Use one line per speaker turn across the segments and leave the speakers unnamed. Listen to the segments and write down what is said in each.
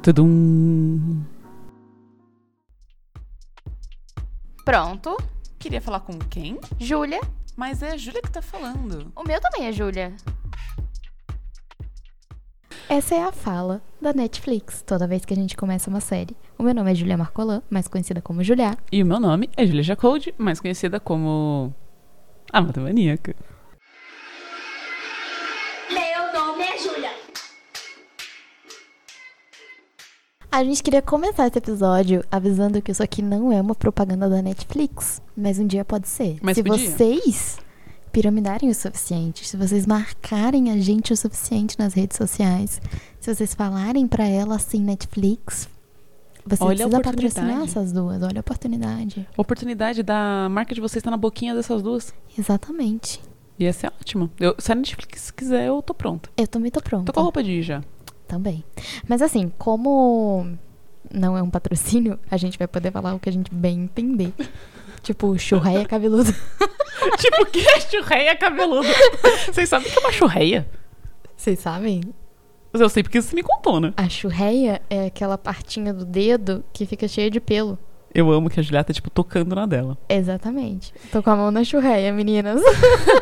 Tudum.
Pronto.
Queria falar com quem?
Júlia.
Mas é a Júlia que tá falando.
O meu também é Júlia.
Essa é a fala da Netflix, toda vez que a gente começa uma série. O meu nome é Julia Marcolan, mais conhecida como Julia.
E o meu nome é Julia Jacoldi, mais conhecida como. A Matemaníaca.
Meu nome é Júlia.
A gente queria começar esse episódio avisando que isso aqui não é uma propaganda da Netflix, mas um dia pode ser.
Mas
se
podia.
vocês piramidarem o suficiente, se vocês marcarem a gente o suficiente nas redes sociais, se vocês falarem pra ela assim Netflix, você
Olha a
precisa patrocinar
oportunidade.
essas duas, olha a oportunidade.
A oportunidade da marca de vocês tá na boquinha dessas duas.
Exatamente.
Ia ser ótimo. Eu, se a Netflix quiser, eu tô pronta.
Eu também tô pronta.
Então.
Tô com a roupa de ir já.
Também. Mas assim, como não é um patrocínio, a gente vai poder falar o que a gente bem entender. Tipo, churraia cabeludo.
tipo, que é churreia cabeluda? Vocês sabem o que é uma churreia?
Vocês sabem?
Mas eu sei porque você me contou, né?
A churreia é aquela partinha do dedo que fica cheia de pelo.
Eu amo que a Julia tá, tipo, tocando na dela.
Exatamente. Tô com a mão na churreia, meninas.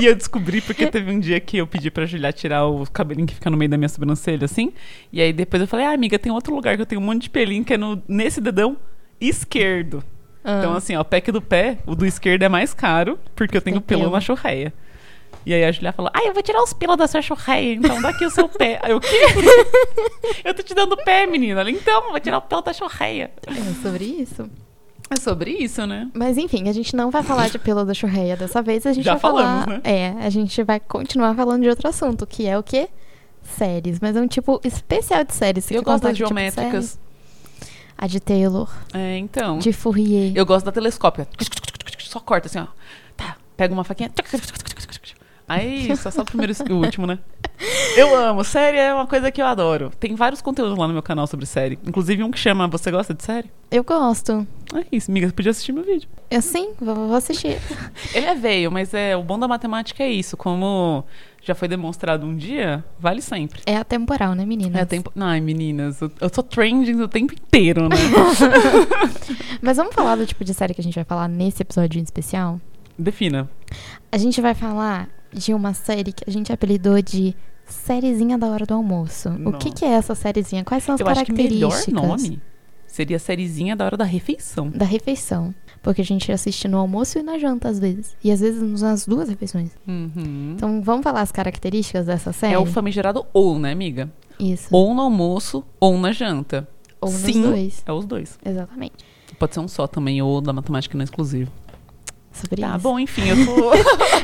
E eu descobri porque teve um dia que eu pedi pra Julia tirar o cabelinho que fica no meio da minha sobrancelha, assim. E aí depois eu falei, ah, amiga, tem outro lugar que eu tenho um monte de pelinho que é no, nesse dedão esquerdo.
Ah.
Então, assim, ó, o pack do pé, o do esquerdo é mais caro, porque eu tenho
Tem
pelo
pelo.
na churreia. E aí a Julia falou, ah, eu vou tirar os pelos da sua churreia, então dá aqui o seu pé. Aí eu, o quê? eu tô te dando pé, menina. Ela, então, eu vou tirar o pelo da churreia.
É sobre isso.
É sobre isso, né?
Mas enfim, a gente não vai falar de pelo da churreia dessa vez. A gente
Já
vai falar.
falamos, né?
É, a gente vai continuar falando de outro assunto, que é o quê? Séries. Mas é um tipo especial de séries. Você
eu
quer
gosto
contar
das
que tipo de série?
geométricas.
A de Taylor,
é, então.
de Fourier.
Eu gosto da telescópia. Só corta assim, ó. Tá, pega uma faquinha. Aí, só só o primeiro e o último, né? Eu amo. Série é uma coisa que eu adoro. Tem vários conteúdos lá no meu canal sobre série. Inclusive um que chama Você Gosta de Série?
Eu gosto.
É isso, amiga. Você podia assistir meu vídeo.
Eu sim, vou vou assistir.
Ele é veio, mas é o bom da matemática é isso. Como já foi demonstrado um dia, vale sempre.
É atemporal, né, menina?
É tempo... Ai, meninas, eu, eu sou trending o tempo inteiro, né?
Mas vamos falar do tipo de série que a gente vai falar nesse episódio em especial?
Defina.
A gente vai falar de uma série que a gente apelidou de Sériezinha da Hora do Almoço. O que,
Nossa.
que é essa sériezinha? Quais são as
eu acho que melhor
características
nome seria a sériezinha da hora da refeição.
da refeição? Porque a gente assiste no almoço e na janta, às vezes. E às vezes nas duas refeições.
Uhum.
Então vamos falar as características dessa série?
É o famigerado ou, né, amiga?
Isso.
Ou no almoço, ou na janta.
Ou nos
Sim,
dois.
É os dois.
Exatamente.
Pode ser um só também, ou da matemática não é exclusivo.
Sobre
Tá
isso.
bom, enfim, eu tô.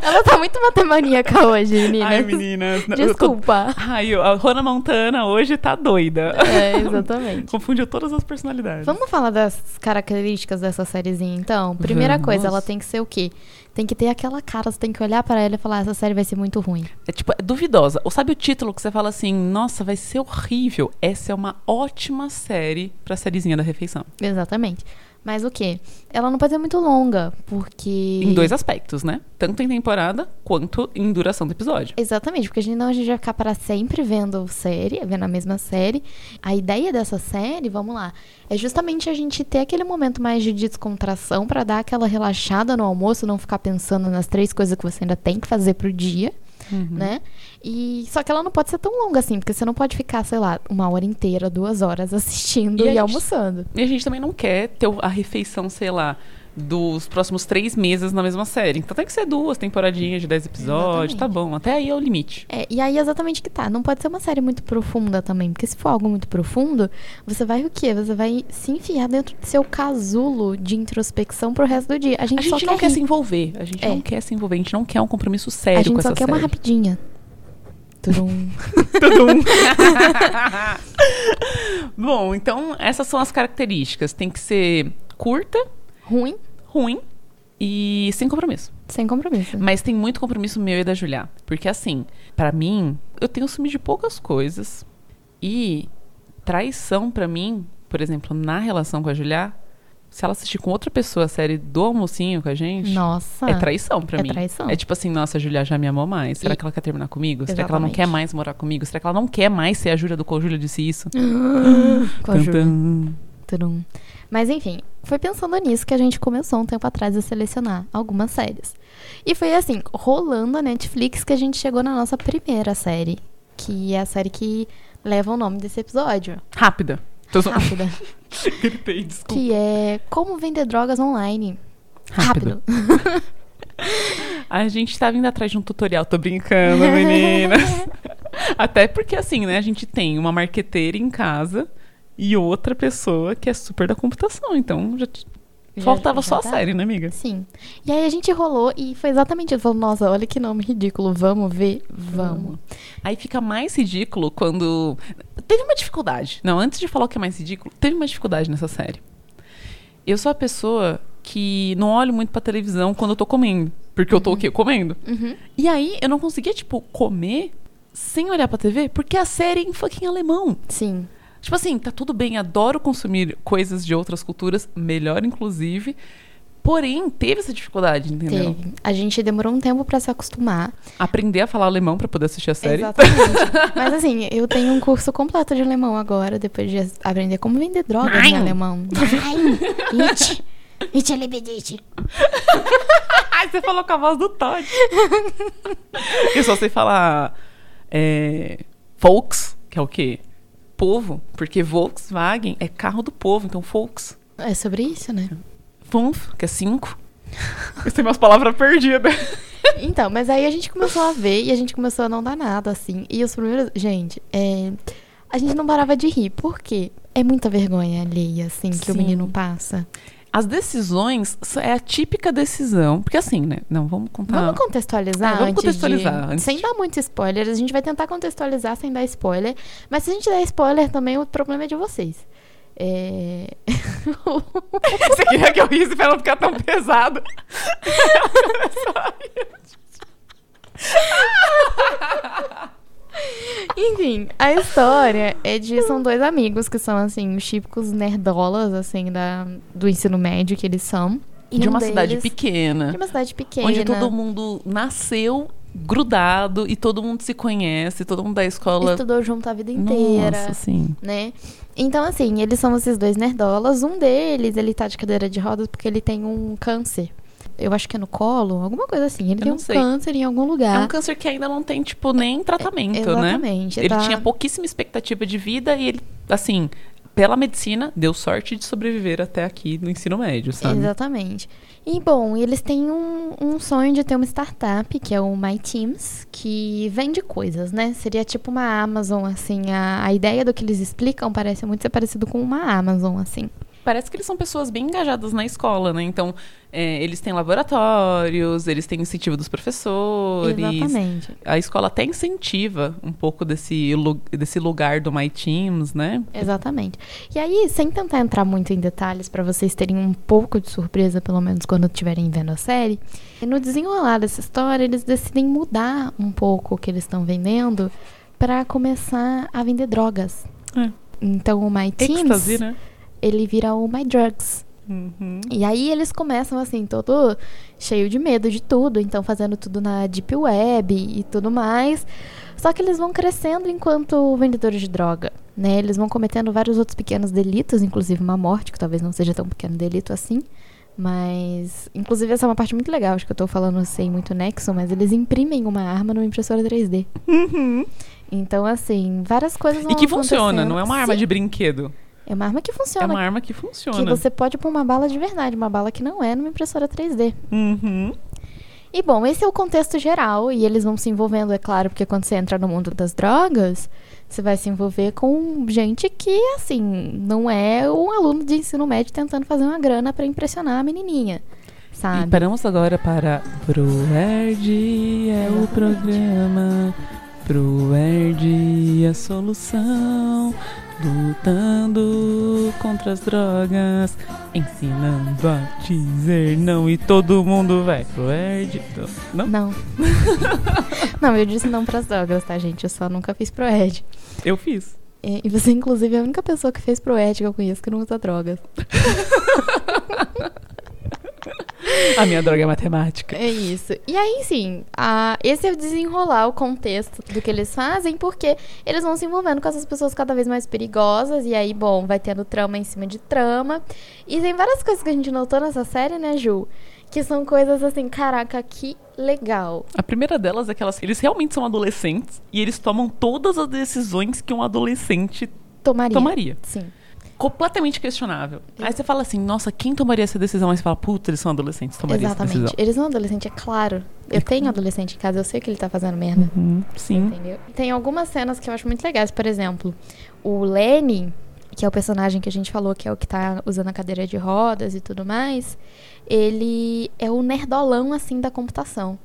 Ela tá muito matemaníaca hoje, menina.
Ai, meninas. não, eu tô-
Desculpa.
Ai, eu- a Rona Montana hoje tá doida.
É, exatamente.
Confundiu todas as personalidades.
Vamos falar das características dessa sériezinha, então? Primeira
Vamos.
coisa, ela tem que ser o quê? Tem que ter aquela cara, você tem que olhar pra ela e falar, essa série vai ser muito ruim.
É tipo, é duvidosa. Ou sabe o título que você fala assim, nossa, vai ser horrível. Essa é uma ótima série pra sériezinha da refeição.
Exatamente. Mas o quê? Ela não pode ser muito longa, porque...
Em dois aspectos, né? Tanto em temporada quanto em duração do episódio.
Exatamente, porque senão a gente vai ficar para sempre vendo série, vendo a mesma série. A ideia dessa série, vamos lá, é justamente a gente ter aquele momento mais de descontração para dar aquela relaxada no almoço, não ficar pensando nas três coisas que você ainda tem que fazer pro dia,
Uhum.
né? E só que ela não pode ser tão longa assim, porque você não pode ficar, sei lá, uma hora inteira, duas horas assistindo
E
e,
a gente-
almoçando.
E a gente também não quer ter o- a refeição, sei lá, dos próximos três meses na mesma série. Então tem que ser duas temporadinhas de dez episódios, tá bom. Até aí é o limite.
É, e aí exatamente que tá. Não pode ser uma série muito profunda também, porque se for algo muito profundo, você vai o quê? Você vai se enfiar dentro do seu casulo de introspecção pro resto do dia. A gente,
A gente
só
não quer se
rir.
envolver. A gente
É.
não quer se envolver. A gente não quer um compromisso
A
sério com
gente
essa
só quer uma
série.
rapidinha. um Tudum.
Bom, então essas são as características. Tem que ser curta,
Ruim,
ruim e sem compromisso.
sem compromisso.
Mas tem muito compromisso meu e da Julia. Porque, assim, pra mim, eu tenho ciúme de poucas coisas. E traição, pra mim, por exemplo, na relação com a Julia, Se ela assistir com outra pessoa a série do almocinho com a gente,
Nossa.
é traição pra
É
mim.
traição.
É tipo assim, nossa, a Júlia já me amou mais. Será
E-
que ela quer terminar comigo? Será que ela não
Exatamente.
quer mais morar comigo? Será que ela não quer mais ser a Júlia do qual Júlia disse isso?
Com a Júlia.
Tantan.
Turum. Mas enfim, foi pensando nisso que a gente começou um tempo atrás a selecionar algumas séries. E foi assim, rolando a Netflix, que a gente chegou na nossa primeira série. Que é a série que leva o nome desse episódio.
Rápida. Tô zo-
Rápida.
Gritei, desculpa.
que é Como Vender Drogas Online.
Rápido. A gente tá vindo atrás de um tutorial, tô brincando, meninas. Até porque, assim, né, a gente tem uma marqueteira em casa e outra pessoa que é super da computação. Então, já t-
Já-
faltava
já
só a
tá?
série, né, amiga?
Sim. E aí a gente rolou e foi exatamente isso. Falou, nossa, olha que nome ridículo. Vamos ver? Vamos.
Aí fica mais ridículo quando. Teve uma dificuldade. Não, antes de falar o que é mais ridículo, teve uma dificuldade nessa série. Eu sou a pessoa que não olho muito pra televisão quando eu tô comendo. Porque eu tô o quê? Comendo.
Uhum.
E aí eu não conseguia, tipo, comer sem olhar pra TV, porque a série é em fucking alemão.
Sim.
Tipo assim, tá tudo bem, adoro consumir coisas de outras culturas, melhor inclusive. Porém, teve essa dificuldade, entendeu?
Teve. A gente demorou um tempo pra se acostumar.
Aprender a falar alemão pra poder assistir a série.
Exatamente. Mas assim, eu tenho um curso completo de alemão agora, depois de aprender como vender drogas em
Nein.
alemão.
It. It elebedite.
Ai, você falou com a voz do Todd. eu só sei falar. É, folks, que é o quê? Povo. Porque Volkswagen é carro do povo, então Folks.
É sobre isso, né?
Funf, que é cinco. Eu tenho umas palavras perdidas.
Então, mas aí a gente começou a ver e a gente começou a não dar nada, assim. E os primeiros. Gente, é, a gente não parava de rir. Por quê? É muita vergonha alheia, assim, que o
Sim.
menino passa.
As decisões s- é a típica decisão. Porque assim, né? Não, vamos contar.
Vamos contextualizar
É, vamos
antes
contextualizar
de-
antes
Sem
de-
dar muito spoiler, a gente vai tentar contextualizar sem dar spoiler. Mas se a gente der spoiler também, o problema é de vocês. É...
Você queria é que eu risse pra não ficar tão pesado.
Enfim, a história é de. São dois amigos que são, assim, os típicos nerdolas, assim, da, do ensino médio que eles são. E
De
um
uma cidade
deles- né?
pequena.
De uma cidade pequena.
Onde todo mundo nasceu grudado e todo mundo se conhece, todo mundo da escola.
estudou junto a vida inteira.
Nossa, sim.
né? Então, assim, eles são esses dois nerdolas. Um deles, ele tá de cadeira de rodas porque ele tem um câncer. Eu acho que é no colo, alguma coisa assim. Ele tem
não
um
sei.
câncer em algum lugar.
É um câncer que ainda não tem, tipo, nem tratamento, né?
Tá. É, Exatamente.
Ele
tá-
tinha pouquíssima expectativa de vida e ele, assim, pela medicina, deu sorte de sobreviver até aqui no ensino médio, sabe?
Exatamente. E bom, eles têm um, um sonho de ter uma startup, que é o My Teams, que vende coisas, né? Seria tipo uma Amazon, assim. A, a ideia do que eles explicam parece muito ser parecido com uma Amazon, assim.
Parece que eles são pessoas bem engajadas na escola, né? Então, é, eles têm laboratórios, eles têm incentivo dos professores.
Exatamente.
A escola até incentiva um pouco desse, lu- desse lugar do My Teams, né?
Exatamente. E aí, sem tentar entrar muito em detalhes, pra vocês terem um pouco de surpresa, pelo menos quando estiverem vendo a série, no desenrolar dessa história, eles decidem mudar um pouco o que eles estão vendendo pra começar a vender drogas.
É.
Então, o My Teens,
Ecstasy, né?
ele vira o My Drugs.
Uhum.
E aí eles começam assim, todo cheio de medo de tudo, então fazendo tudo na Deep Web e tudo mais. Só que eles vão crescendo enquanto vendedores de droga, né? Eles vão cometendo vários outros pequenos delitos, inclusive uma morte, que talvez não seja tão pequeno delito assim. Mas, inclusive, essa é uma parte muito legal, acho que eu tô falando sem muito nexo, mas eles imprimem uma arma numa impressora 3D. Então, assim, várias coisas vão
E que funciona, não é uma
acontecendo.
arma
Sim,
de brinquedo.
É uma arma que
É
funciona,
uma arma que
que
funciona.
você pode pôr uma bala de verdade, uma bala que não é numa impressora 3D.
Uhum.
E bom, esse é o contexto geral, e eles vão se envolvendo, é claro, porque quando você entra no mundo das drogas, você vai se envolver com gente que, assim, não é um aluno de ensino médio tentando fazer uma grana pra impressionar a menininha,
E
sabe?
paramos agora para Proerd é o programa, Proerd é a solução, lutando contra as drogas, ensinando a dizer não e todo mundo vai Proerd. Não,
Não. não, eu disse não pras drogas, tá, gente? Eu só nunca fiz pro Ed.
eu fiz.
E e você, inclusive, é a única pessoa que fez pro Ed que eu conheço que não usa drogas.
A minha droga é matemática.
É isso. E aí, sim, a- esse é o desenrolar o contexto do que eles fazem, porque eles vão se envolvendo com essas pessoas cada vez mais perigosas, e aí, bom, vai tendo trama em cima de trama. E tem várias coisas que a gente notou nessa série, né, Ju? Que são coisas assim, caraca, que legal.
A primeira delas é que elas, eles realmente são adolescentes e eles tomam todas as decisões que um adolescente
Tomaria.
tomaria.
Sim.
Completamente questionável. Aí você fala assim, nossa, quem tomaria essa decisão? Aí você fala, puta, eles são adolescentes, tomaria essa
Exatamente.
decisão.
Eles são adolescentes, é claro. Eu tenho adolescente em casa, eu sei que ele tá fazendo merda.
Hum, sim.
Entendeu? Tem algumas cenas que eu acho muito legais. Por exemplo, o Lenny, que é o personagem que a gente falou, que é o que tá usando a cadeira de rodas e tudo mais, ele é o nerdolão, assim, da computação.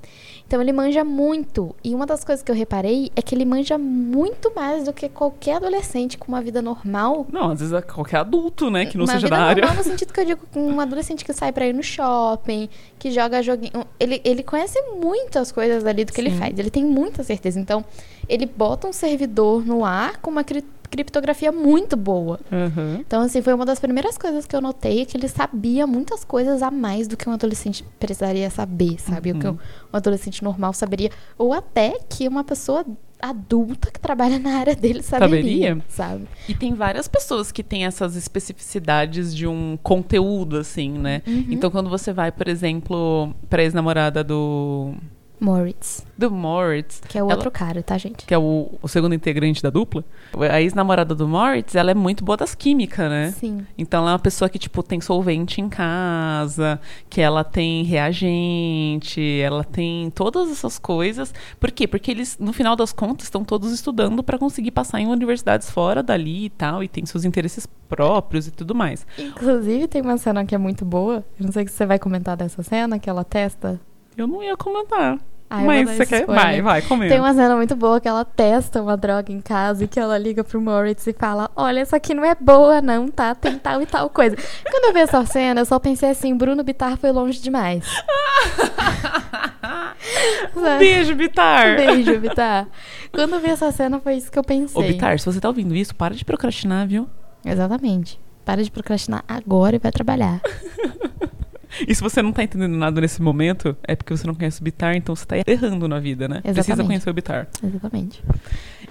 Então ele manja muito. E uma das coisas que eu reparei é que ele manja muito mais do que qualquer adolescente com uma vida normal
Não, às vezes é qualquer adulto, né, que não
uma
seja
vida
da área.
normal, no sentido que eu digo com um adolescente que sai pra ir no shopping, que joga joguinho. Ele, ele conhece muitas coisas ali do que ele
Sim.
faz. Ele tem muita certeza. Então, ele bota um servidor no ar com uma cri- criptografia muito boa.
Aham.
Então, assim, foi uma das primeiras coisas que eu notei, é que ele sabia muitas coisas a mais do que um adolescente precisaria saber, sabe? O que um
Uhum.
um adolescente normal saberia. Ou até que uma pessoa adulta que trabalha na área dele saberia,
Saberia?
sabe?
E tem várias pessoas que têm essas especificidades de um conteúdo, assim, né? Então, quando você vai, por exemplo, pra ex-namorada do,
Moritz,
do Moritz,
que é o
Ela-
outro cara, tá, gente?
que é o, o segundo integrante da dupla, a ex-namorada do Moritz, ela é muito boa das químicas, né?
Sim.
Então ela é uma pessoa que, tipo, tem solvente em casa, que ela tem reagente, ela tem todas essas coisas. Por quê? Porque eles, no final das contas, estão todos estudando para conseguir passar em universidades fora dali e tal, e tem seus interesses próprios e tudo mais.
Inclusive, tem uma cena que é muito boa. Eu não sei se você vai comentar dessa cena, que ela testa.
Eu não ia comentar.
Ah, eu vou
mas
dar
você
esse
quer?
spoiler.
Vai, vai, comenta.
Tem uma cena muito boa que ela testa uma droga em casa e que ela liga pro Moritz e fala: Olha, essa aqui não é boa, não, tá? Tem tal e tal coisa. Quando eu vi essa cena, eu só pensei assim: Bruno Bitar foi longe demais. Sabe?
Um Beijo, Bitar!
Um Beijo, Bitar. Quando eu vi essa cena, foi isso que eu pensei.
Ô, Bitar, se você tá ouvindo isso, para de procrastinar, viu?
Exatamente. Para de procrastinar agora e vai trabalhar.
E se você não tá entendendo nada nesse momento, é porque você não conhece o Bitar, então você tá errando na vida, né? Precisa
Exatamente.
conhecer o Bitar.
Exatamente.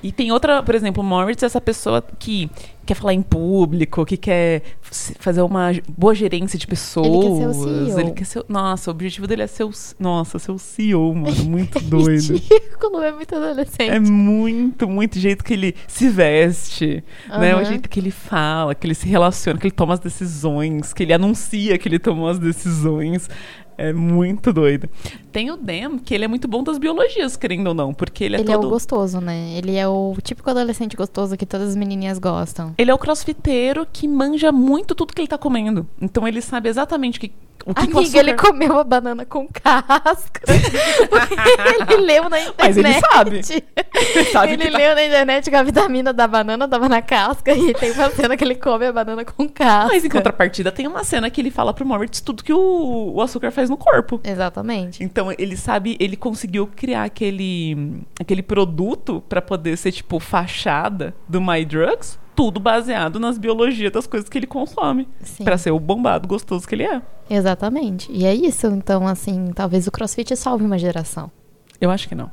E tem outra, por exemplo, o Moritz é essa pessoa que quer falar em público, que quer se- fazer uma ge- boa gerência de pessoas.
Ele quer ser o CEO.
Ele quer ser- Nossa, o objetivo dele é ser o. Nossa, ser o CEO, mano. Muito doido.
Ridículo, é muito adolescente.
É muito, muito jeito que ele se veste, né? O
Aham.
jeito que ele fala, que ele se relaciona, que ele toma as decisões, que ele anuncia que ele tomou as decisões. É muito doido. Tem o Dan, que ele é muito bom das biologias, querendo ou não, porque ele é
Ele é
todo.
o gostoso, né? Ele é o típico adolescente gostoso que todas as menininhas gostam.
Ele é o crossfiteiro que manja muito tudo que ele tá comendo. Então ele sabe exatamente o que, o que que o
Amiga, ele
açúcar-
comeu uma banana com casca. Porque ele leu na internet.
Mas ele sabe. Ele sabe
Ele
que tá-
leu na internet que a vitamina da banana tava na casca e tem uma cena que ele come a banana com casca.
Mas em contrapartida, tem uma cena que ele fala pro Moritz tudo que o, o açúcar faz no corpo.
Exatamente.
Então ele sabe, ele conseguiu criar aquele, aquele produto pra poder ser tipo fachada do My Drugs, tudo baseado nas biologias das coisas que ele consome,
Sim.
Pra ser o bombado gostoso que ele é.
Exatamente. E é isso, então, assim, talvez o crossfit salve uma geração.
Eu acho que não.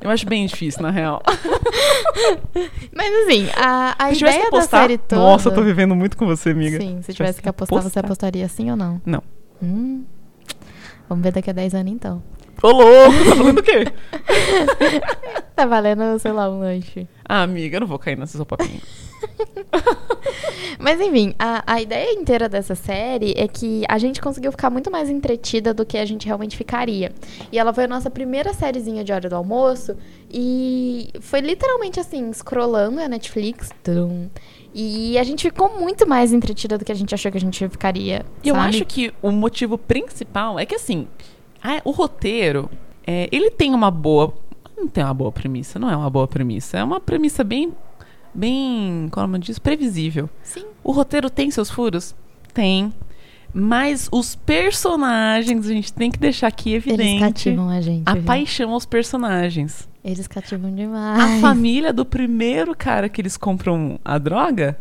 Eu acho bem difícil, na real.
Mas, assim, a, a
Se tivesse
ideia
que
da
apostar,
série toda.
Nossa, eu tô vivendo muito com você, amiga.
Sim, se tivesse que apostar, você apostaria sim ou não?
Não.
Hum. Vamos ver daqui a 10 anos então.
Ô, louco, tá falando o quê?
Tá valendo, sei lá, um lanche.
Ah, amiga, eu não vou cair nessa sua papinha.
Mas enfim, a, a ideia inteira dessa série é que a gente conseguiu ficar muito mais entretida do que a gente realmente ficaria. E ela foi a nossa primeira sériezinha de hora do almoço. E foi literalmente assim, scrollando a Netflix. Tum, e a gente ficou muito mais entretida do que a gente achou que a gente ficaria.
E eu
sabe?
acho que o motivo principal é que, assim, a- o roteiro, é, ele tem uma boa... Não tem uma boa premissa, não é uma boa premissa. É uma premissa bem, bem, como diz, previsível.
Sim.
O roteiro tem seus furos? Tem. Mas os personagens, a gente tem que deixar aqui
Eles
evidente
cativam a gente.
a
viu?
paixão aos personagens.
Eles cativam
A
demais.
família do primeiro cara que eles compram a droga.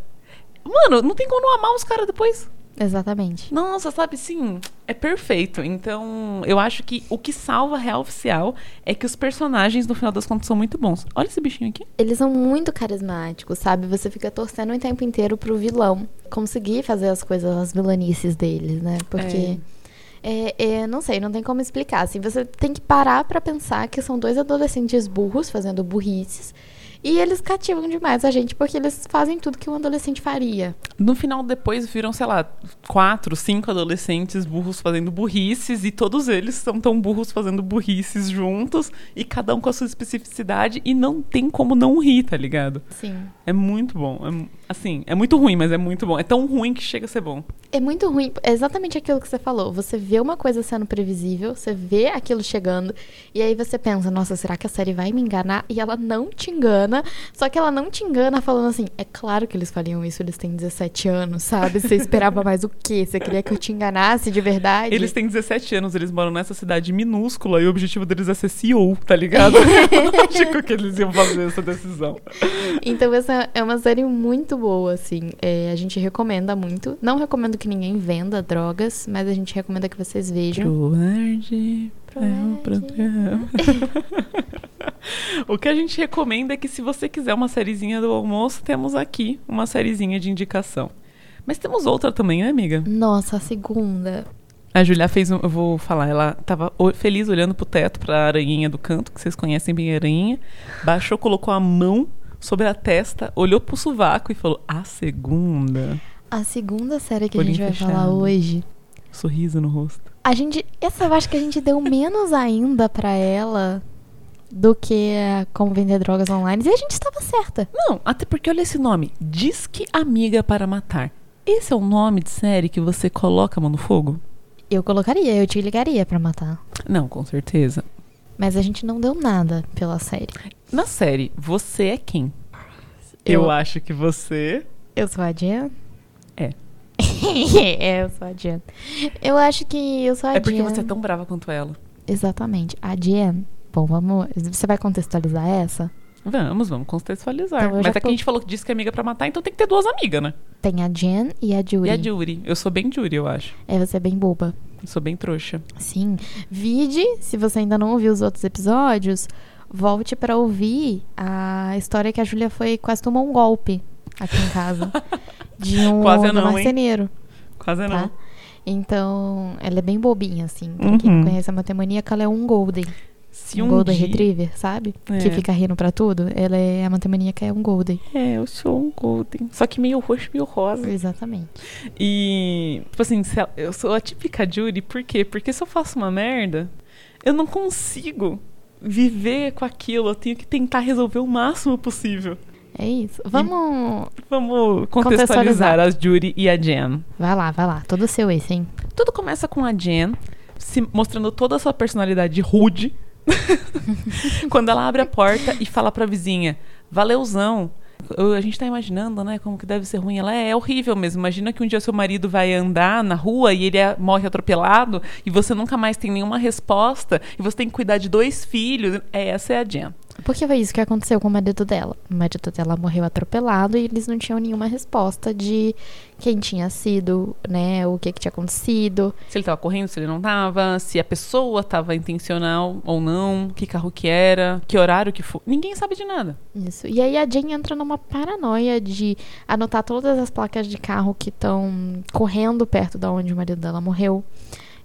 Mano, não tem como não amar os caras depois.
Exatamente.
Nossa, sabe, sim, é perfeito. Então, eu acho que o que salva a Real Oficial é que os personagens, no final das contas, são muito bons. Olha esse bichinho aqui.
Eles são muito carismáticos, sabe? Você fica torcendo o tempo inteiro pro vilão conseguir fazer as coisas, as vilanices deles, né? Porque. é, é, não sei, não tem como explicar. Assim, você tem que parar pra pensar que são dois adolescentes burros fazendo burrices. E eles cativam demais a gente porque eles fazem tudo que um adolescente faria.
No final, depois viram, sei lá, quatro, cinco adolescentes burros fazendo burrices, e todos eles são tão burros fazendo burrices juntos, e cada um com a sua especificidade, e não tem como não rir, tá ligado?
Sim.
É muito bom. É mu- assim, é muito ruim, mas é muito bom. É tão ruim que chega a ser bom.
É muito ruim, é exatamente aquilo que você falou. Você vê uma coisa sendo previsível, você vê aquilo chegando, e aí você pensa, nossa, será que a série vai me enganar? E ela não te engana, só que ela não te engana falando assim, é claro que eles fariam isso, eles têm 17 anos, sabe? Você esperava mais o quê? Você queria que eu te enganasse de verdade?
Eles têm 17 anos, eles moram nessa cidade minúscula, e o objetivo deles é ser CEO, tá ligado? Lógico que eles iam fazer essa decisão.
Então essa é uma série muito boa, assim. É, a gente recomenda muito. Não recomendo que ninguém venda drogas, mas a gente recomenda que vocês vejam.
Proerd é um
Proerd.
programa. o que a gente recomenda é que se você quiser uma sériezinha do almoço, temos aqui uma sériezinha de indicação. Mas temos outra também, né, amiga?
Nossa, a segunda.
A Julia fez um. Eu vou falar, ela tava o- feliz olhando pro teto, pra aranhinha do canto, que vocês conhecem bem a aranhinha. Baixou, colocou a mão sobre a testa, olhou pro sovaco e falou: A segunda.
A segunda série que a
Olhinho
gente vai falar
fechado.
hoje.
Um Sorriso no rosto.
A gente. Essa eu acho que a gente deu menos ainda pra ela do que a como vender drogas online. E a gente estava certa.
Não, até porque olha esse nome: Disque Amiga para Matar. Esse é o nome de série que você coloca a mão no fogo?
Eu colocaria, eu te ligaria pra matar.
Não, com certeza.
Mas a gente não deu nada pela série.
Na série, você é quem? eu acho que você.
Eu sou a Jen?
É.
é, eu sou a Jen. Eu acho que eu sou a
É porque
Jen.
você é tão brava quanto ela.
Exatamente. A Jen. Bom, vamos. Você vai contextualizar essa?
Vamos, vamos contextualizar.
Então, eu
Mas
já
aqui
tô-
a gente falou que disse que é amiga pra matar, então tem que ter duas amigas, né?
Tem a Jen e a Judy.
E a Jury. Eu sou bem Jury, eu acho.
É, você é bem boba.
Eu sou bem trouxa.
Sim. Vide, se você ainda não ouviu os outros episódios, volte pra ouvir a história que a Júlia foi quase tomou um golpe aqui em casa. de um
Quase
do
não, hein?
marceneiro,
Quase
tá?
não.
Então, ela é bem bobinha, assim. Pra quem não
Uhum.
conhece a matemaníaca, ela é um golden.
Se
um
um
golden
dia...
retriever, sabe?
É.
Que fica rindo pra tudo. Ela é a matemaníaca, é um golden.
É, eu sou um golden. Só que meio roxo, meio rosa.
Exatamente.
E, tipo assim, se ela- eu sou a típica Jury, por quê? Porque se eu faço uma merda, eu não consigo viver com aquilo. Eu tenho que tentar resolver o máximo possível.
É isso. Vamos...
Vamos
Contextualizar.
contextualizar as Jury e a Jen.
Vai lá, vai lá. Todo seu esse, hein?
Tudo começa com a Jen se mostrando toda a sua personalidade rude quando ela abre a porta e fala pra vizinha: Valeuzão. Eu- A gente tá imaginando, né, como que deve ser ruim. Ela é, é horrível mesmo. Imagina que um dia seu marido vai andar na rua e ele é- morre atropelado e você nunca mais tem nenhuma resposta e você tem que cuidar de dois filhos. É, essa é a Jen.
Porque foi isso que aconteceu com o marido dela. O marido dela morreu atropelado e eles não tinham nenhuma resposta de quem tinha sido, né? O que, que tinha acontecido.
Se ele tava correndo, se ele não tava, se a pessoa tava intencional ou não, que carro que era, que horário que foi. Ninguém sabe de nada.
Isso. E aí a Jane entra numa paranoia de anotar todas as placas de carro que estão correndo perto da onde o marido dela morreu.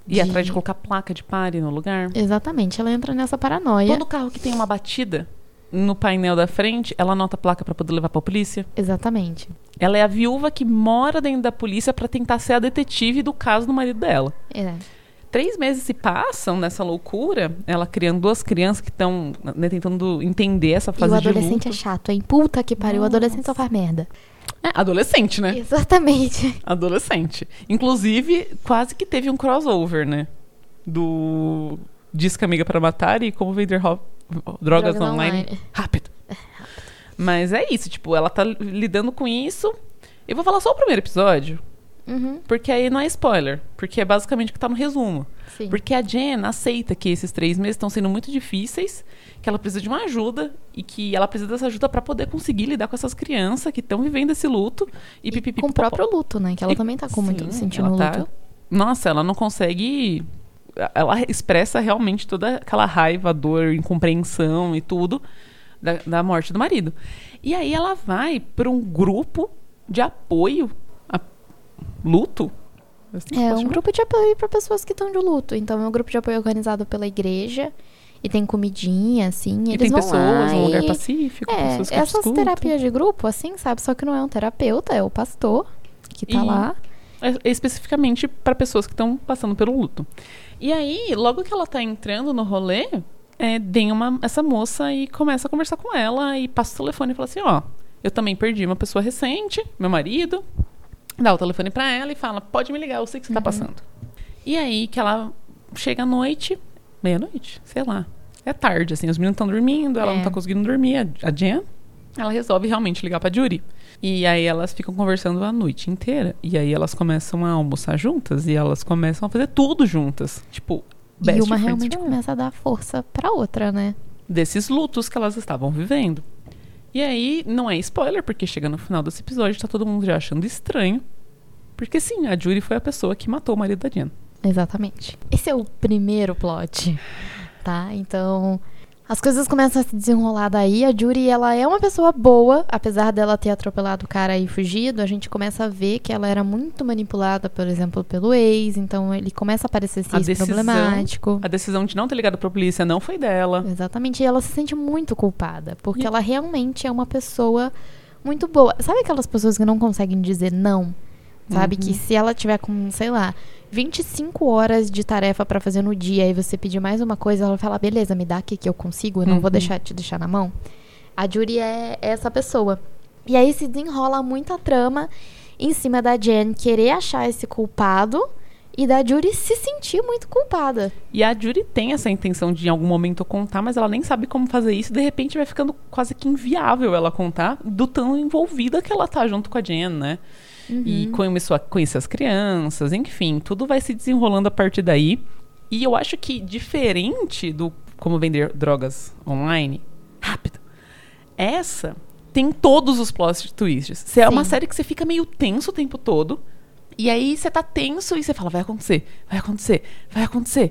E atrás de colocar placa de pare no lugar.
Exatamente, ela entra nessa paranoia.
Todo carro que tem uma batida no painel da frente, ela anota a placa pra poder levar pra polícia.
Exatamente.
Ela é a viúva que mora dentro da polícia pra tentar ser a detetive do caso do marido dela.
É.
Três meses se passam nessa loucura, ela criando duas crianças que estão né, tentando entender essa
E
fase
o
de
adolescente
luto.
é chato, hein? Puta que pariu, o adolescente só faz merda.
É, adolescente, né?
Exatamente.
Adolescente. Inclusive, quase que teve um crossover, né? Do Disque Amiga para Matar e Como Vender Ro- Drogas,
Drogas
online.
online.
Rápido. Mas é isso, tipo, ela tá lidando com isso. Eu vou falar só o primeiro episódio,
Uhum,
Porque aí não é spoiler. Porque é basicamente o que tá no resumo.
sim.
Porque a Jen aceita que esses três meses estão sendo muito difíceis, que ela precisa de uma ajuda e que ela precisa dessa ajuda pra poder conseguir lidar com essas crianças que estão vivendo esse luto e, pipipi.
com o
popopó.
próprio luto, né? Que ela
E-
também tá com muito
Sim,
sentindo
ela tá-
luto.
Nossa, ela não consegue. Ela expressa realmente toda aquela raiva, dor, incompreensão e tudo da, da morte do marido. E aí ela vai para um grupo de apoio a luto. Assim,
É
pode
um
chamar?
grupo de apoio pra pessoas que estão de luto. Então é um grupo de apoio organizado pela igreja e tem comidinha, assim.
E
eles
tem
vão
pessoas,
lá
um lugar
e-
pacífico,
É,
pessoas que
essas
escutam.
terapias de grupo, assim, sabe? Só que não é um terapeuta, é o pastor que tá
E-
lá.
É- é especificamente para pessoas que estão passando pelo luto. E aí, logo que ela tá entrando no rolê, é, vem uma, essa moça e começa a conversar com ela e passa o telefone e fala assim: Ó, eu também perdi uma pessoa recente, meu marido. Dá o telefone para ela e fala: Pode me ligar, eu sei o que você tá passando. E aí que ela chega à noite, meia-noite, sei lá. É tarde, assim, os meninos estão dormindo, ela não
É.
tá conseguindo dormir, a- a Jen. Ela resolve realmente ligar pra Juri. E aí elas ficam conversando a noite inteira. E aí elas começam a almoçar juntas e elas começam a fazer tudo juntas. Tipo, best
E uma
friends
realmente
forever.
começa a dar força pra outra, né?
desses lutos que elas estavam vivendo. E aí, não é spoiler, porque chega no final desse episódio, tá todo mundo já achando estranho. Porque sim, a Juri foi a pessoa que matou o marido da Jen.
Exatamente. Esse é o primeiro plot, tá? Então, as coisas começam a se desenrolar daí. A Jury, ela é uma pessoa boa, apesar dela ter atropelado o cara e fugido. A gente começa a ver que ela era muito manipulada, por exemplo, pelo ex. Então, ele começa a parecer ser
A decisão-
problemático.
A decisão de não ter ligado pra polícia não foi dela.
Exatamente. E ela se sente muito culpada, porque
E-
ela realmente é uma pessoa muito boa. Sabe aquelas pessoas que não conseguem dizer não? Sabe
Uhum.
que se ela tiver com, sei lá, 25 horas de tarefa pra fazer no dia e você pedir mais uma coisa, ela vai falar: "Beleza, me dá aqui que eu consigo, eu não vou
Uhum.
deixar te deixar na mão". A Juri é essa pessoa. E aí se desenrola muita trama em cima da Jen querer achar esse culpado e da Juri se sentir muito culpada.
E a Juri tem essa intenção de em algum momento contar, mas ela nem sabe como fazer isso. De repente vai ficando quase que inviável ela contar do tão envolvida que ela tá junto com a Jen, né? E
Uhum.
começou a conhecer as crianças, enfim, tudo vai se desenrolando a partir daí. E eu acho que diferente do como vender drogas online, rápido. Essa tem todos os plot twists. Cê É uma
Sim.
série que você fica meio tenso o tempo todo. E aí você tá tenso e você fala, vai acontecer, vai acontecer, vai acontecer.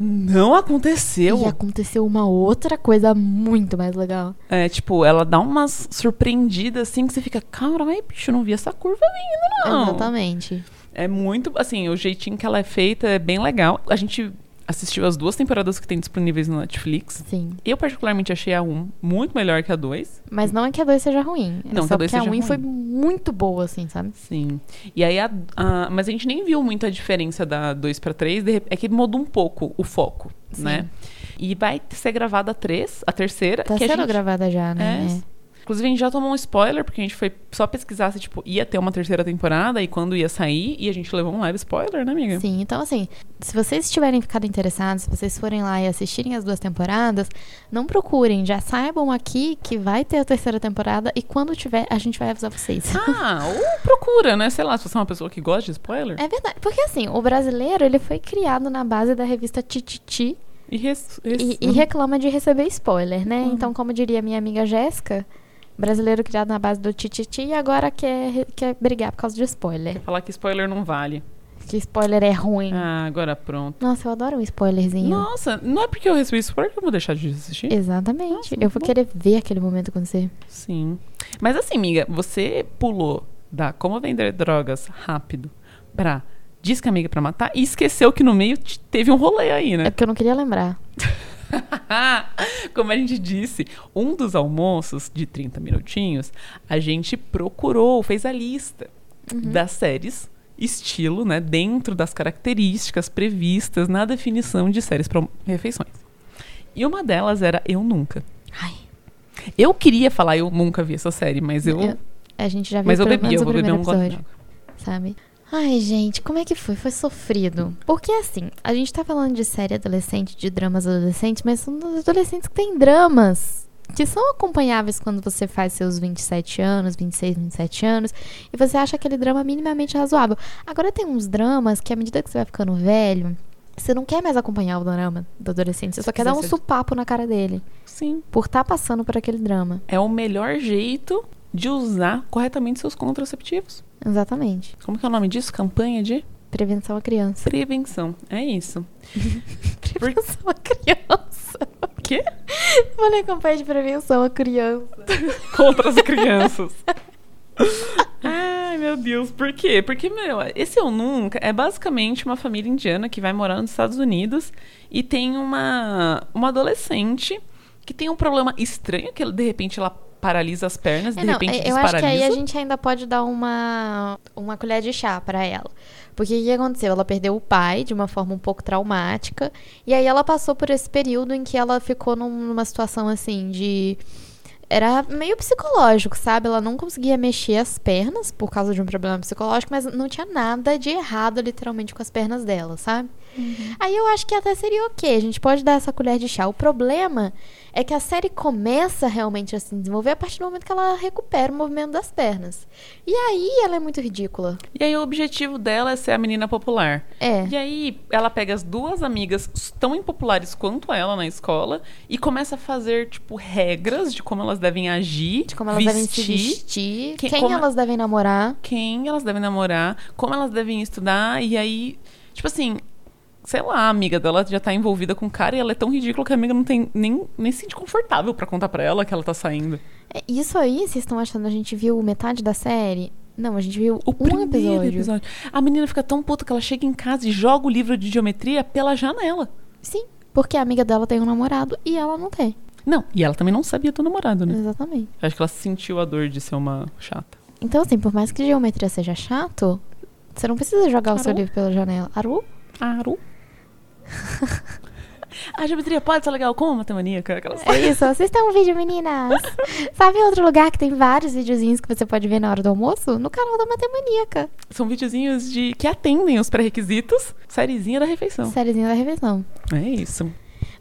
Não aconteceu.
E aconteceu uma outra coisa muito mais legal.
É, tipo, ela dá umas surpreendidas assim que você fica, caralho, bicho, eu não vi essa curva vindo, não.
Exatamente.
É muito, assim, o jeitinho que ela é feita é bem legal. A gente assistiu as duas temporadas que tem disponíveis no Netflix.
Sim.
Eu particularmente achei a 1 muito melhor que a 2.
Mas não é que a 2 seja ruim. É
Não, que
só
a dois
porque a
seja
1
ruim.
foi muito boa, assim, sabe?
Sim. E aí a, a- mas a gente nem viu muito a diferença da 2 para 3, de rep- é que muda um pouco o foco, né? E vai ser gravada a 3, a terceira,
Tá
É que a
sendo
gente
gravada já, né?
É. Inclusive, a gente já tomou um spoiler, porque a gente foi só pesquisar se, tipo, ia ter uma terceira temporada e quando ia sair, e a gente levou um leve spoiler, né, amiga?
Sim, então assim, se vocês tiverem ficado interessados, se vocês forem lá e assistirem as duas temporadas, não procurem, já saibam aqui que vai ter a terceira temporada e quando tiver, a gente vai avisar vocês.
Ah, ou procura, né? Sei lá, se você é uma pessoa que gosta de spoiler.
É verdade, porque assim, o brasileiro, ele foi criado na base da revista Tititi,
E, res-
E,
res-
e reclama de receber spoiler, né?
Uhum.
Então, como diria minha amiga Jéssica, brasileiro criado na base do tititi e agora quer, re- quer brigar por causa de spoiler.
Falar que spoiler não vale.
Que spoiler é ruim.
Ah, agora pronto.
Nossa, eu adoro um spoilerzinho.
Nossa, não é porque eu recebi spoiler que eu vou deixar de assistir?
Exatamente.
Nossa,
eu
muito
vou
bom.
querer ver aquele momento acontecer.
Sim. Mas assim, amiga, você pulou da como vender drogas rápido pra diz que amiga pra matar e esqueceu que no meio te- teve um rolê aí, né?
É porque eu não queria lembrar.
Como a gente disse, um dos almoços de 30 minutinhos, a gente procurou, fez a lista
Uhum.
das séries, estilo, né, dentro das características previstas na definição de séries para refeições. E uma delas era Eu Nunca.
Ai.
Eu queria falar Eu Nunca Vi essa série, mas eu,
Eu- a gente já viu
mas eu
pelo
bebi, eu
menos o
vou beber
primeiro
um gole de
episódio.
água.
sabe? Ai, gente, como é que foi? Foi sofrido. Porque assim, a gente tá falando de série adolescente, de dramas adolescentes, mas são adolescentes que têm dramas. que são acompanháveis quando você faz seus 27 anos, 26, 27 anos, e você acha aquele drama minimamente razoável. Agora tem uns dramas que à medida que você vai ficando velho, você não quer mais acompanhar o drama do adolescente, você só quer dar um
quiser ser-
supapo na cara dele
Sim.
por estar passando por aquele drama.
É o melhor jeito de usar corretamente seus contraceptivos.
Exatamente.
Como que é o nome disso? Campanha de
Prevenção à criança.
prevenção. É isso.
Prevenção à criança.
O quê?
Falei campanha de prevenção à criança.
Contra as crianças. Ai, meu Deus, por quê? Porque, meu, esse Eu Nunca é basicamente uma família indiana que vai morar nos Estados Unidos e tem uma, uma adolescente que tem um problema estranho, que ela, de repente ela paralisa as pernas,
É,
de
não,
repente
eu acho que aí
desparalisa.
a gente ainda pode dar uma, uma colher de chá pra ela. Porque o que aconteceu? Ela perdeu o pai de uma forma um pouco traumática. E aí ela passou por esse período em que ela ficou num- numa situação assim de. Era meio psicológico, sabe? Ela não conseguia mexer as pernas por causa de um problema psicológico, mas não tinha nada de errado, literalmente, com as pernas dela, sabe? Aí eu acho que até seria ok, a gente pode dar essa colher de chá. O problema é que a série começa realmente a se desenvolver a partir do momento que ela recupera o movimento das pernas. E aí ela é muito ridícula.
E aí o objetivo dela é ser a menina popular.
É.
E aí ela pega as duas amigas tão impopulares quanto ela na escola e começa a fazer, tipo, regras de como elas devem agir,
De como elas
vestir,
devem se vestir,
Quem-
quem,
como-
elas devem namorar.
quem elas devem namorar, como elas devem estudar, e aí, tipo assim, sei lá, a amiga dela já tá envolvida com o cara e ela é tão ridícula que a amiga não tem nem, nem se sente confortável pra contar pra ela que ela tá saindo.
É, Isso aí, vocês estão achando? A gente viu metade da série? Não, a gente viu
O
um
primeiro
episódio.
A menina fica tão puta que ela chega em casa e joga o livro de geometria pela janela.
Sim, porque a amiga dela tem um namorado e ela não tem.
Não, e ela também não sabia do namorado, né?
Exatamente.
Acho que ela sentiu a dor de ser uma chata.
Então, assim, por mais que geometria seja chato, você não precisa jogar o seu
Aru?
livro pela janela. Aru?
Aru. a geometria pode ser legal como a matemaníaca, aquelas...
É isso, assistam um vídeo, meninas. Sabe outro lugar que tem vários videozinhos que você pode ver na hora do almoço? No canal da Matemaníaca.
São videozinhos de que atendem os pré-requisitos. Sériezinha da refeição.
Sériezinha da revisão.
É isso.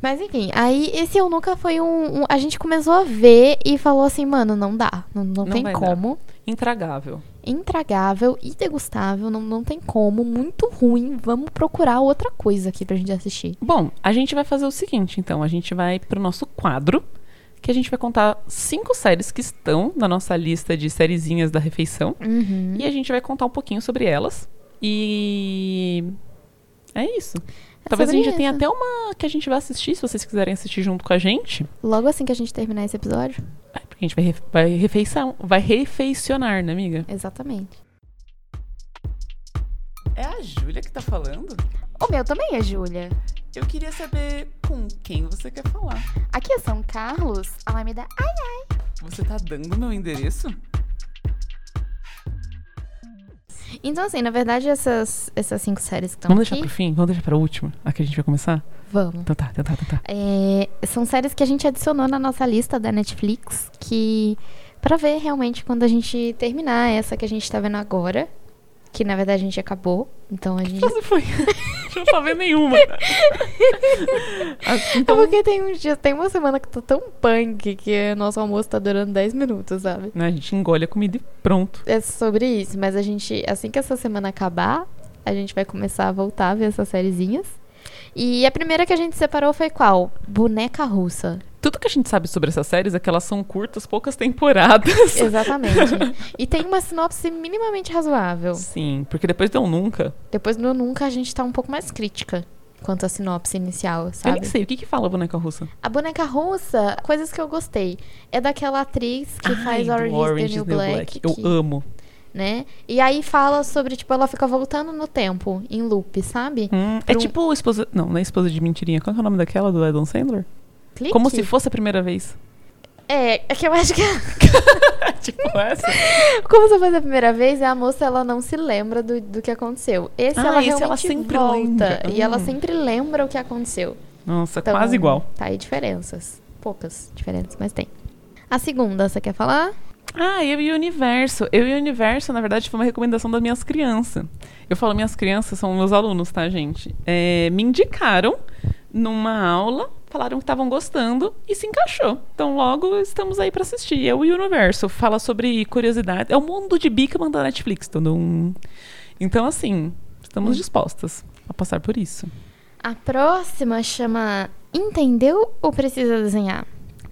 Mas enfim, aí esse eu nunca foi um, um- A gente começou a ver e falou assim, mano, não dá. Não, não,
Não
tem
vai dar.
como.
Intragável.
Intragável, indegustável, não, não tem como, muito ruim. Vamos procurar outra coisa aqui pra gente assistir.
Bom, a gente vai fazer o seguinte, então. A gente vai pro nosso quadro, que a gente vai contar cinco séries que estão na nossa lista de sériezinhas da refeição.
É
E a gente vai contar um pouquinho sobre elas. E... É isso.
É
Talvez a
sobre
gente tenha
isso.
até um uma que a gente vai assistir, se vocês quiserem assistir junto com a gente.
Logo assim que a gente terminar esse episódio?
É, Porque a gente vai, ref- vai refeição, vai refeicionar, né, amiga?
Exatamente.
É a Júlia que tá falando?
O meu também é Júlia.
Eu queria saber com quem você quer falar.
Aqui é São Carlos, ela me dá. Ai,
Você tá dando meu endereço?
Então, assim, na verdade, essas, essas cinco séries que estão
Vamos deixar
aqui.
pro fim? Vamos deixar pra última? A que a gente vai começar?
Vamos.
Então tá, então tá, então tá.
É, são séries que a gente adicionou na nossa lista da Netflix, que pra ver realmente quando a gente terminar essa que a gente tá vendo agora, que na verdade a gente acabou, então a gente
Quase foi. Não tá vendo nenhuma. Ah,
É
então,
porque tem uns dias, tem uma semana que tá tão punk que nosso almoço tá durando 10 minutos, sabe?
né, a gente engole a comida e pronto.
É sobre isso, mas a gente, assim que essa semana acabar, a gente vai começar a voltar a ver essas sériezinhas. E a primeira que a gente separou foi qual? Boneca Russa.
Tudo que a gente sabe sobre essas séries é que elas são curtas, poucas temporadas.
Exatamente. e tem uma sinopse minimamente razoável.
Sim, porque depois deu nunca.
Depois do Nunca a gente tá um pouco mais crítica quanto à sinopse inicial,
Eu
sabe?
nem sei, o que que fala a boneca russa?
A boneca russa, coisas que eu gostei. É daquela atriz que faz
Ai,
Orange, is the New Black.
Eu
que-
amo.
né? E aí fala sobre, tipo, ela fica voltando no tempo, em loop, sabe?
Hum, é
Pra um-
tipo esposa... Não, não é esposa de mentirinha. Qual que é o nome daquela do Adam Sandler?
Clique.
Como se fosse a primeira vez.
É, é que eu acho que
tipo essa?
como se fosse a primeira vez, a moça, ela não se lembra do, do que aconteceu. Esse
Ah,
ela
esse
realmente
ela sempre
volta.
lembra.
E ela
Hum.
sempre lembra o que aconteceu.
Nossa,
Então,
quase igual.
Tá aí diferenças. Poucas diferenças, mas tem. A segunda, você quer falar?
Ah, eu e o universo. Eu e o universo, na verdade, foi uma recomendação das minhas crianças. Eu falo minhas crianças, são meus alunos, tá, gente? É, me indicaram numa aula, falaram, falaram que estavam gostando e se encaixou. Então logo estamos aí pra assistir. É o Universo, fala sobre curiosidades. É o mundo de Bikman da Netflix. tudum. Então assim, estamos dispostas a passar por isso.
A próxima chama Entendeu ou Precisa Desenhar?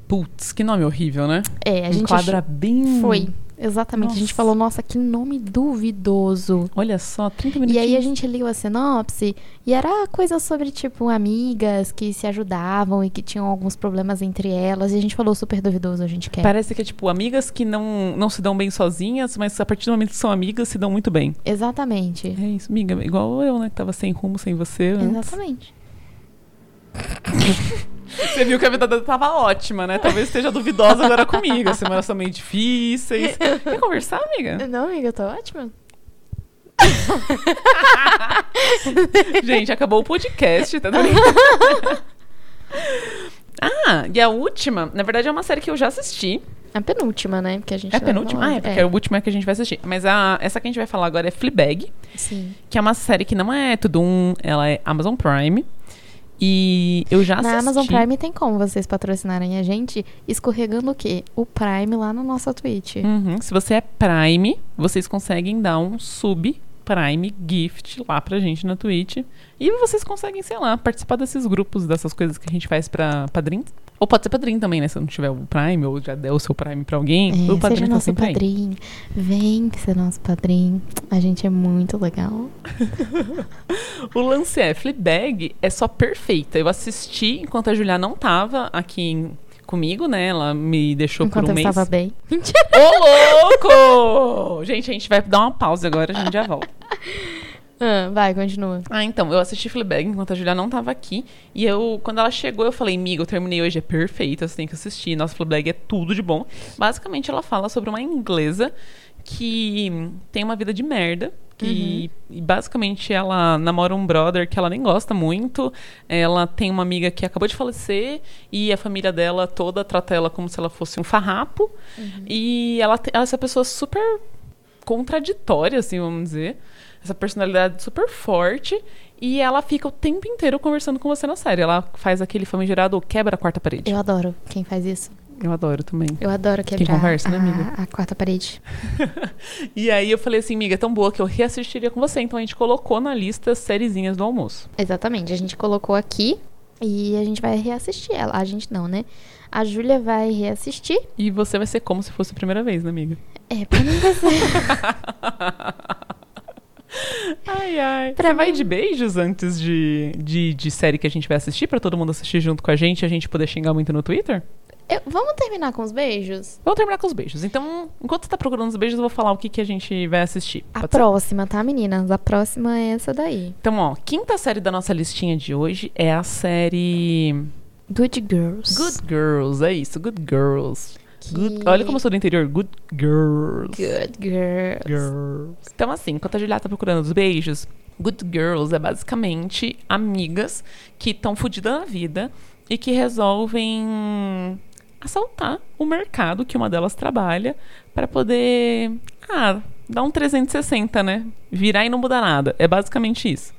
Putz, que nome horrível, né?
É, a gente
Enquadra bem.
foi. Exatamente. A gente
Nossa.
falou, nossa, que nome duvidoso.
Olha só, 30
E
minutinhos.
aí a gente leu a sinopse e era coisa sobre, tipo, amigas que se ajudavam e que tinham alguns problemas entre elas. E a gente falou super duvidoso, a gente quer.
Parece que é tipo amigas que não, não se dão bem sozinhas, mas a partir do momento que são amigas, se dão muito bem.
Exatamente.
É isso, amiga. Igual eu, né? Que tava sem rumo, sem você. antes.
Exatamente.
Você viu que a vida dela tava ótima, né? Talvez esteja duvidosa agora comigo. As semanas são meio difíceis. Quer conversar, amiga?
Não, amiga, eu tô ótima.
Gente, acabou o podcast, tá doido? Ah, e a última, na verdade, é uma série que eu já assisti.
A penúltima, né? Porque a gente
É a
tá
penúltima? Ah,
falando.
é, porque é. a última que a gente vai assistir. Mas a, essa que a gente vai falar agora é Fleabag.
Sim.
que é uma série que não é tudo um, ela é Amazon Prime. E eu já assisti.
Na Amazon Prime tem como vocês patrocinarem a gente escorregando o quê? O Prime lá na nossa Twitch.
Uhum, Se você é Prime, vocês conseguem dar um sub Prime Gift lá pra gente na Twitch. E vocês conseguem, sei lá, participar desses grupos, dessas coisas que a gente faz pra padrinho. Ou pode ser padrinho também, né? Se não tiver o Prime, ou já der o seu Prime pra alguém. o
É, seja
padrinho tá
nosso
sempre aí.
padrinho. Vem ser nosso padrinho. A gente é muito legal.
O lance é, Fleabag é só perfeita. Eu assisti enquanto a Julia não tava aqui em- comigo, né? Ela me deixou
Enquanto
por um
eu
mês.
estava bem.
Ô, louco! Gente, a gente vai dar uma pausa agora, a gente já volta.
Ah, vai, continua.
Ah, então, eu assisti Fleabag enquanto a Julia não tava aqui. E eu, quando ela chegou, eu falei, amiga, eu terminei hoje, é perfeito, você tem que assistir. Nossa, Fleabag é tudo de bom. Basicamente, ela fala sobre uma inglesa que hum, tem uma vida de merda. Que e basicamente ela namora um brother que ela nem gosta muito. Ela tem uma amiga que acabou de falecer e a família dela toda trata ela como se ela fosse um farrapo. E ela, te- ela é essa pessoa super contraditória, assim, vamos dizer. Essa personalidade super forte. E ela fica o tempo inteiro conversando com você na série. Ela faz aquele famigerado quebra a quarta parede.
Eu adoro quem faz isso.
Eu adoro também.
Eu adoro quebrar
conversa, né,
a,
amiga?
a quarta parede.
E aí eu falei assim, amiga, é tão boa que eu reassistiria com você. Então a gente colocou na lista sériezinhas do almoço.
Exatamente. A gente colocou aqui e a gente vai reassistir ela. A gente não, né? A Júlia vai reassistir.
E você vai ser como se fosse a primeira vez, né, amiga?
É, pra mim vai ser.
Ai, ai.
Pra
Você vai
mim-
de beijos antes de, de, de série que a gente vai assistir, pra todo mundo assistir junto com a gente e a gente poder xingar muito no Twitter?
Eu- vamos terminar com os beijos?
Vamos terminar com os beijos. Então, enquanto você tá procurando os beijos, eu vou falar o que, que a gente vai assistir.
A
Pode ser?
próxima, tá, meninas? A próxima é essa daí.
Então, ó, quinta série da nossa listinha de hoje é a série
Good Girls.
Good Girls, é isso, Good Girls. Good-
Que-
Olha como eu sou do interior, Good Girls.
Good Girls.
Girls. Então, assim, enquanto a Julia tá procurando os beijos, Good Girls é basicamente amigas que estão fodidas na vida e que resolvem assaltar o mercado que uma delas trabalha pra poder. Ah, dar um 360, né? Virar e não mudar nada. É basicamente isso.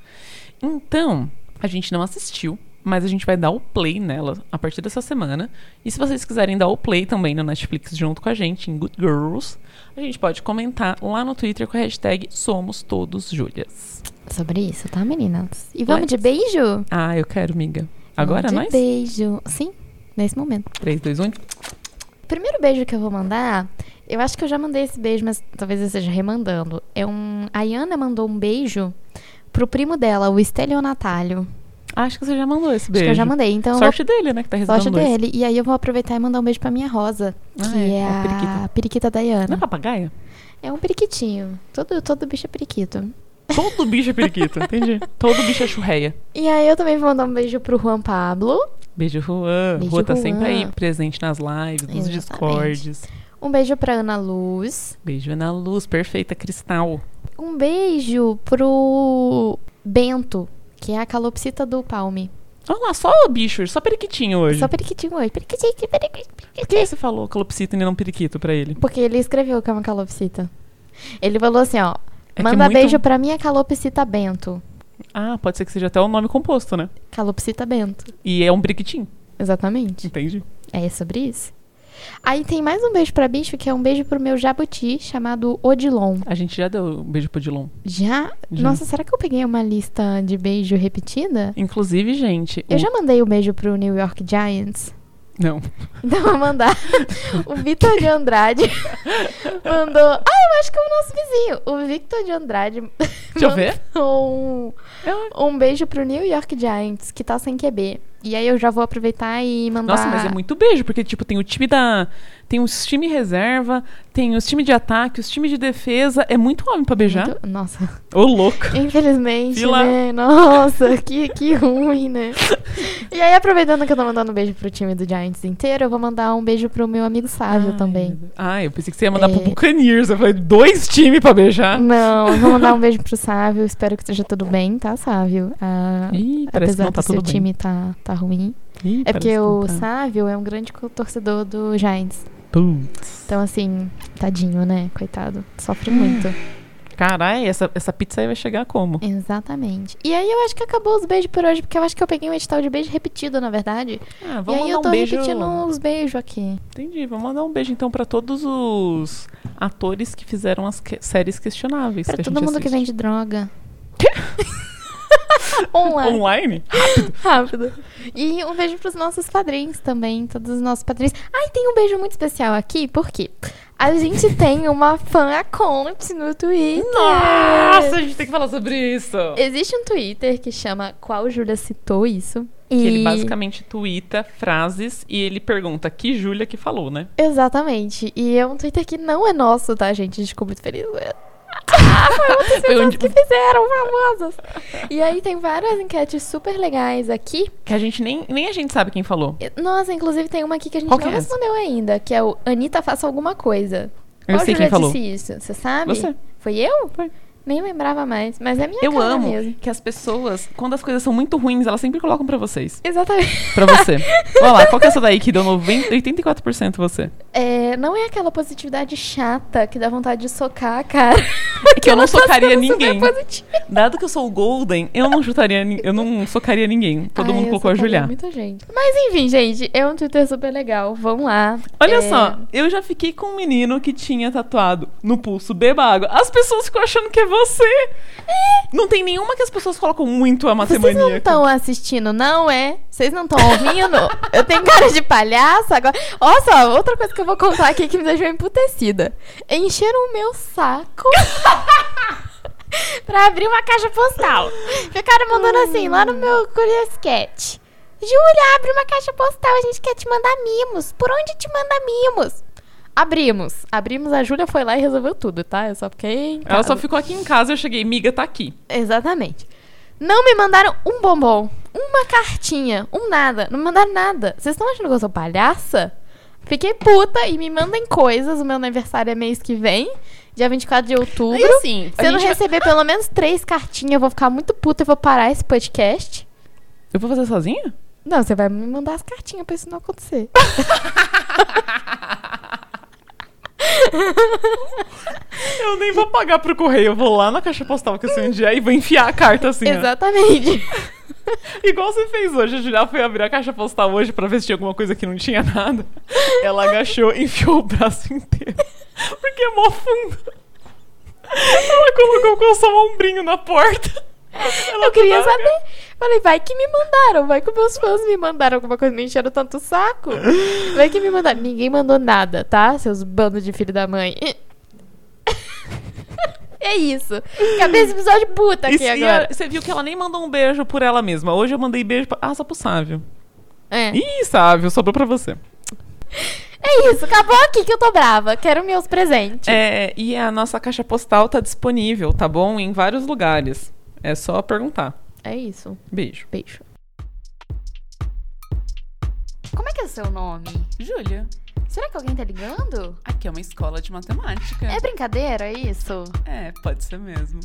Então, a gente não assistiu, mas a gente vai dar o play nela a partir dessa semana. E se vocês quiserem dar o play também no Netflix junto com a gente, em Good Girls, a gente pode comentar lá no Twitter com a hashtag Somos Todos Júlias.
Sobre isso, tá, meninas? E vamos
Let's-
de beijo?
Ah, eu quero, miga. Agora é
vamos
nós?
de beijo. Sim, nesse momento.
3, 2, 1.
Primeiro beijo que eu vou mandar, eu acho que eu já mandei esse beijo, mas talvez eu esteja remandando. É um. A Iana mandou um beijo pro primo dela, o estelionatário.
Acho que você já mandou esse
Acho
beijo.
que eu já mandei, então. eu vou-
Sorte dele, né? Que tá resolvendo
Sorte dele. E aí eu vou aproveitar e mandar um beijo pra minha rosa, que
Ah, é,
é,
a
a, periquita.
periquita.
da Iana.
Não é papagaia?
É um periquitinho. Todo, todo bicho é periquito.
Todo bicho é periquito, entendi. Todo bicho é churreia.
E aí eu também vou mandar um beijo pro Juan Pablo.
Beijo, Juan.
Beijo,
Juan tá
Juan.
sempre aí, presente nas lives, nos
Exatamente.
discords.
Um beijo pra Ana Luz.
Beijo na luz, perfeita, cristal.
Um beijo pro Bento, que é a calopsita do Palme.
Olha lá, só o bicho, só periquitinho hoje.
Só periquitinho hoje. Periquitinho, periquitinho,
Por que
periquitinho.
você falou calopsita e não periquito pra ele?
Porque ele escreveu que é uma calopsita. Ele falou assim, ó.
É que
manda
muito-
beijo pra minha calopsita Bento.
Ah, pode ser que seja até o nome composto, né?
Calopsita Bento.
E é um periquitinho.
Exatamente.
Entende?
É sobre isso. Aí tem mais um beijo pra bicho, que é um beijo pro meu jabuti, chamado Odilon.
A gente já deu um beijo pro Dilon.
Já?
Já.
Nossa, será que eu peguei uma lista de beijo repetida?
Inclusive, gente.
Eu
o-
já mandei o beijo pro New York Giants.
Não.
Então vou mandar. O Vitor de Andrade mandou. Ah, eu acho que é o nosso vizinho. O Victor de Andrade.
Deixa eu ver.
mandou
Eu-
Um, um beijo pro New York Giants, que tá sem QB. E aí eu já vou aproveitar e mandar.
Nossa, mas é muito beijo, porque, tipo, tem o time da. Tem os time reserva, tem os time de ataque, os time de defesa. É muito homem pra beijar.
muito- Nossa.
Ô, louco.
Infelizmente,
Fila.
né? Nossa, que, que ruim, né? E aí, aproveitando que eu tô mandando um beijo pro time do Giants inteiro, eu vou mandar um beijo pro meu amigo Sávio também.
Ah, eu pensei que você ia mandar
É.
pro Buccaneers. Eu falei, dois times pra beijar.
Não, eu vou mandar um beijo pro Sávio. Espero que esteja tudo bem, tá, Sávio? Ah,
Ih, parece que
apesar
não tá
do seu
tudo bem.
time tá, tá ruim.
Ih,
É
parece que
porque
não
o
tá.
Sávio é um grande co- torcedor do Giants.
Putz.
Então, assim, tadinho, né? Coitado.
Ah.
Sofre muito.
Caralho, essa, essa pizza aí vai chegar como?
Exatamente. E aí, eu acho que acabou os beijos por hoje, porque eu acho que eu peguei um edital de beijo repetido, na verdade.
Ah,
É. E
vamos
aí
mandar
eu tô
um beijo.
repetindo uns beijos aqui.
Entendi. Vamos mandar um beijo então pra todos os atores que fizeram as que- séries questionáveis. que
Pra
a
todo
gente
mundo que
assiste.
vende droga. Online.
Online?
Rápido. E um beijo pros nossos padrinhos também, todos os nossos padrinhos. Ai, tem um beijo muito especial aqui, porque a gente tem uma fan account no Twitter.
Nossa, a gente tem que falar sobre isso.
Existe um Twitter que chama Qual Júlia Citou Isso?
Que
E-
ele basicamente tuita frases e ele pergunta que Júlia que falou, né?
Exatamente. E é um Twitter que não é nosso, tá, gente? Desculpa, muito feliz.
Foi onde-
Que fizeram famosas. E aí tem várias enquetes super legais aqui.
Que a gente nem, nem a gente sabe quem falou.
Nossa, inclusive tem uma aqui que a gente
Qual que
não
é essa?
respondeu ainda, que é o Anitta faça alguma coisa.
Eu
Qual
sei quem
Julia
falou.
disse isso? Você sabe?
Você.
Foi eu?
Foi.
Nem lembrava mais, mas é minha
Eu
cara
amo
mesmo.
que as pessoas, quando as coisas são muito ruins, elas sempre colocam pra vocês.
Exatamente.
Pra você. Olha lá, qual que é essa daí que deu 90, 84% você?
É, não é aquela positividade chata que dá vontade de socar a cara.
É que eu não
Ela tá
socaria
sendo super
ninguém.
positiva.
Dado que eu sou o Golden, eu não chutaria, nin- eu não socaria ninguém. Todo
Ai,
mundo
eu
colocou a
socaria
Julia.
Muita gente. Mas enfim, gente, é um Twitter super legal. Vamos lá.
Olha
É,
só, eu já fiquei com um menino que tinha tatuado no pulso beba água. As pessoas ficam achando que é você. Não tem nenhuma que as pessoas colocam muito a
Vocês
matemaníaca.
não estão assistindo, não é? Vocês não estão ouvindo? eu tenho cara de palhaça agora. Olha só, outra coisa que eu vou contar aqui que me deixou emputecida. Encheram o meu saco pra abrir uma caixa postal. Ficaram mandando assim, lá no meu Curiosquete. Júlia, abre uma caixa postal, a gente quer te mandar mimos. Por onde te manda mimos? Abrimos. Abrimos, a Júlia foi lá e resolveu tudo, tá? Eu só fiquei em
Ela
casa.
só ficou aqui em casa, eu cheguei, miga, tá aqui.
Exatamente. Não me mandaram um bombom, uma cartinha, um nada. Não me mandaram nada. Vocês estão achando que eu sou palhaça? Fiquei puta e me mandem coisas. O meu aniversário é mês que vem, dia 24 de outubro.
assim,
Se eu não receber pelo menos três cartinhas, eu vou ficar muito puta e vou parar esse podcast.
Eu vou fazer sozinha?
Não, você vai me mandar as cartinhas pra isso não acontecer.
Eu nem vou pagar pro correio, eu vou lá na caixa postal que eu sei onde é e vou enfiar a carta assim. ó.
Exatamente.
Igual você fez hoje, a Julia foi abrir a caixa postal hoje pra ver se tinha alguma coisa que não tinha nada. Ela agachou, enfiou o braço inteiro. Porque é mó fundo. Ela colocou com só um ombrinho na porta. Ela
Eu queria
tava-
saber. Falei, vai que me mandaram, vai que meus fãs me mandaram alguma coisa, me encheram tanto o saco. Vai que me mandaram. Ninguém mandou nada, tá? Seus bandos de filho da mãe. É isso. Acabei esse episódio puta
E
aqui
se- e
agora.
a- você viu que ela nem mandou um beijo por ela mesma. Hoje eu mandei beijo pra... Ah, só pro Sávio.
É.
Ih, Sávio, sobrou pra você.
é isso, acabou aqui que eu tô brava. Quero meus presentes.
É, e a nossa caixa postal tá disponível, tá bom? Em vários lugares. É só perguntar.
É isso.
Beijo.
Beijo.
Como é que é o seu nome?
Júlia,
Será que alguém tá ligando?
aqui é uma escola de matemática.
É brincadeira isso?
É, pode ser mesmo.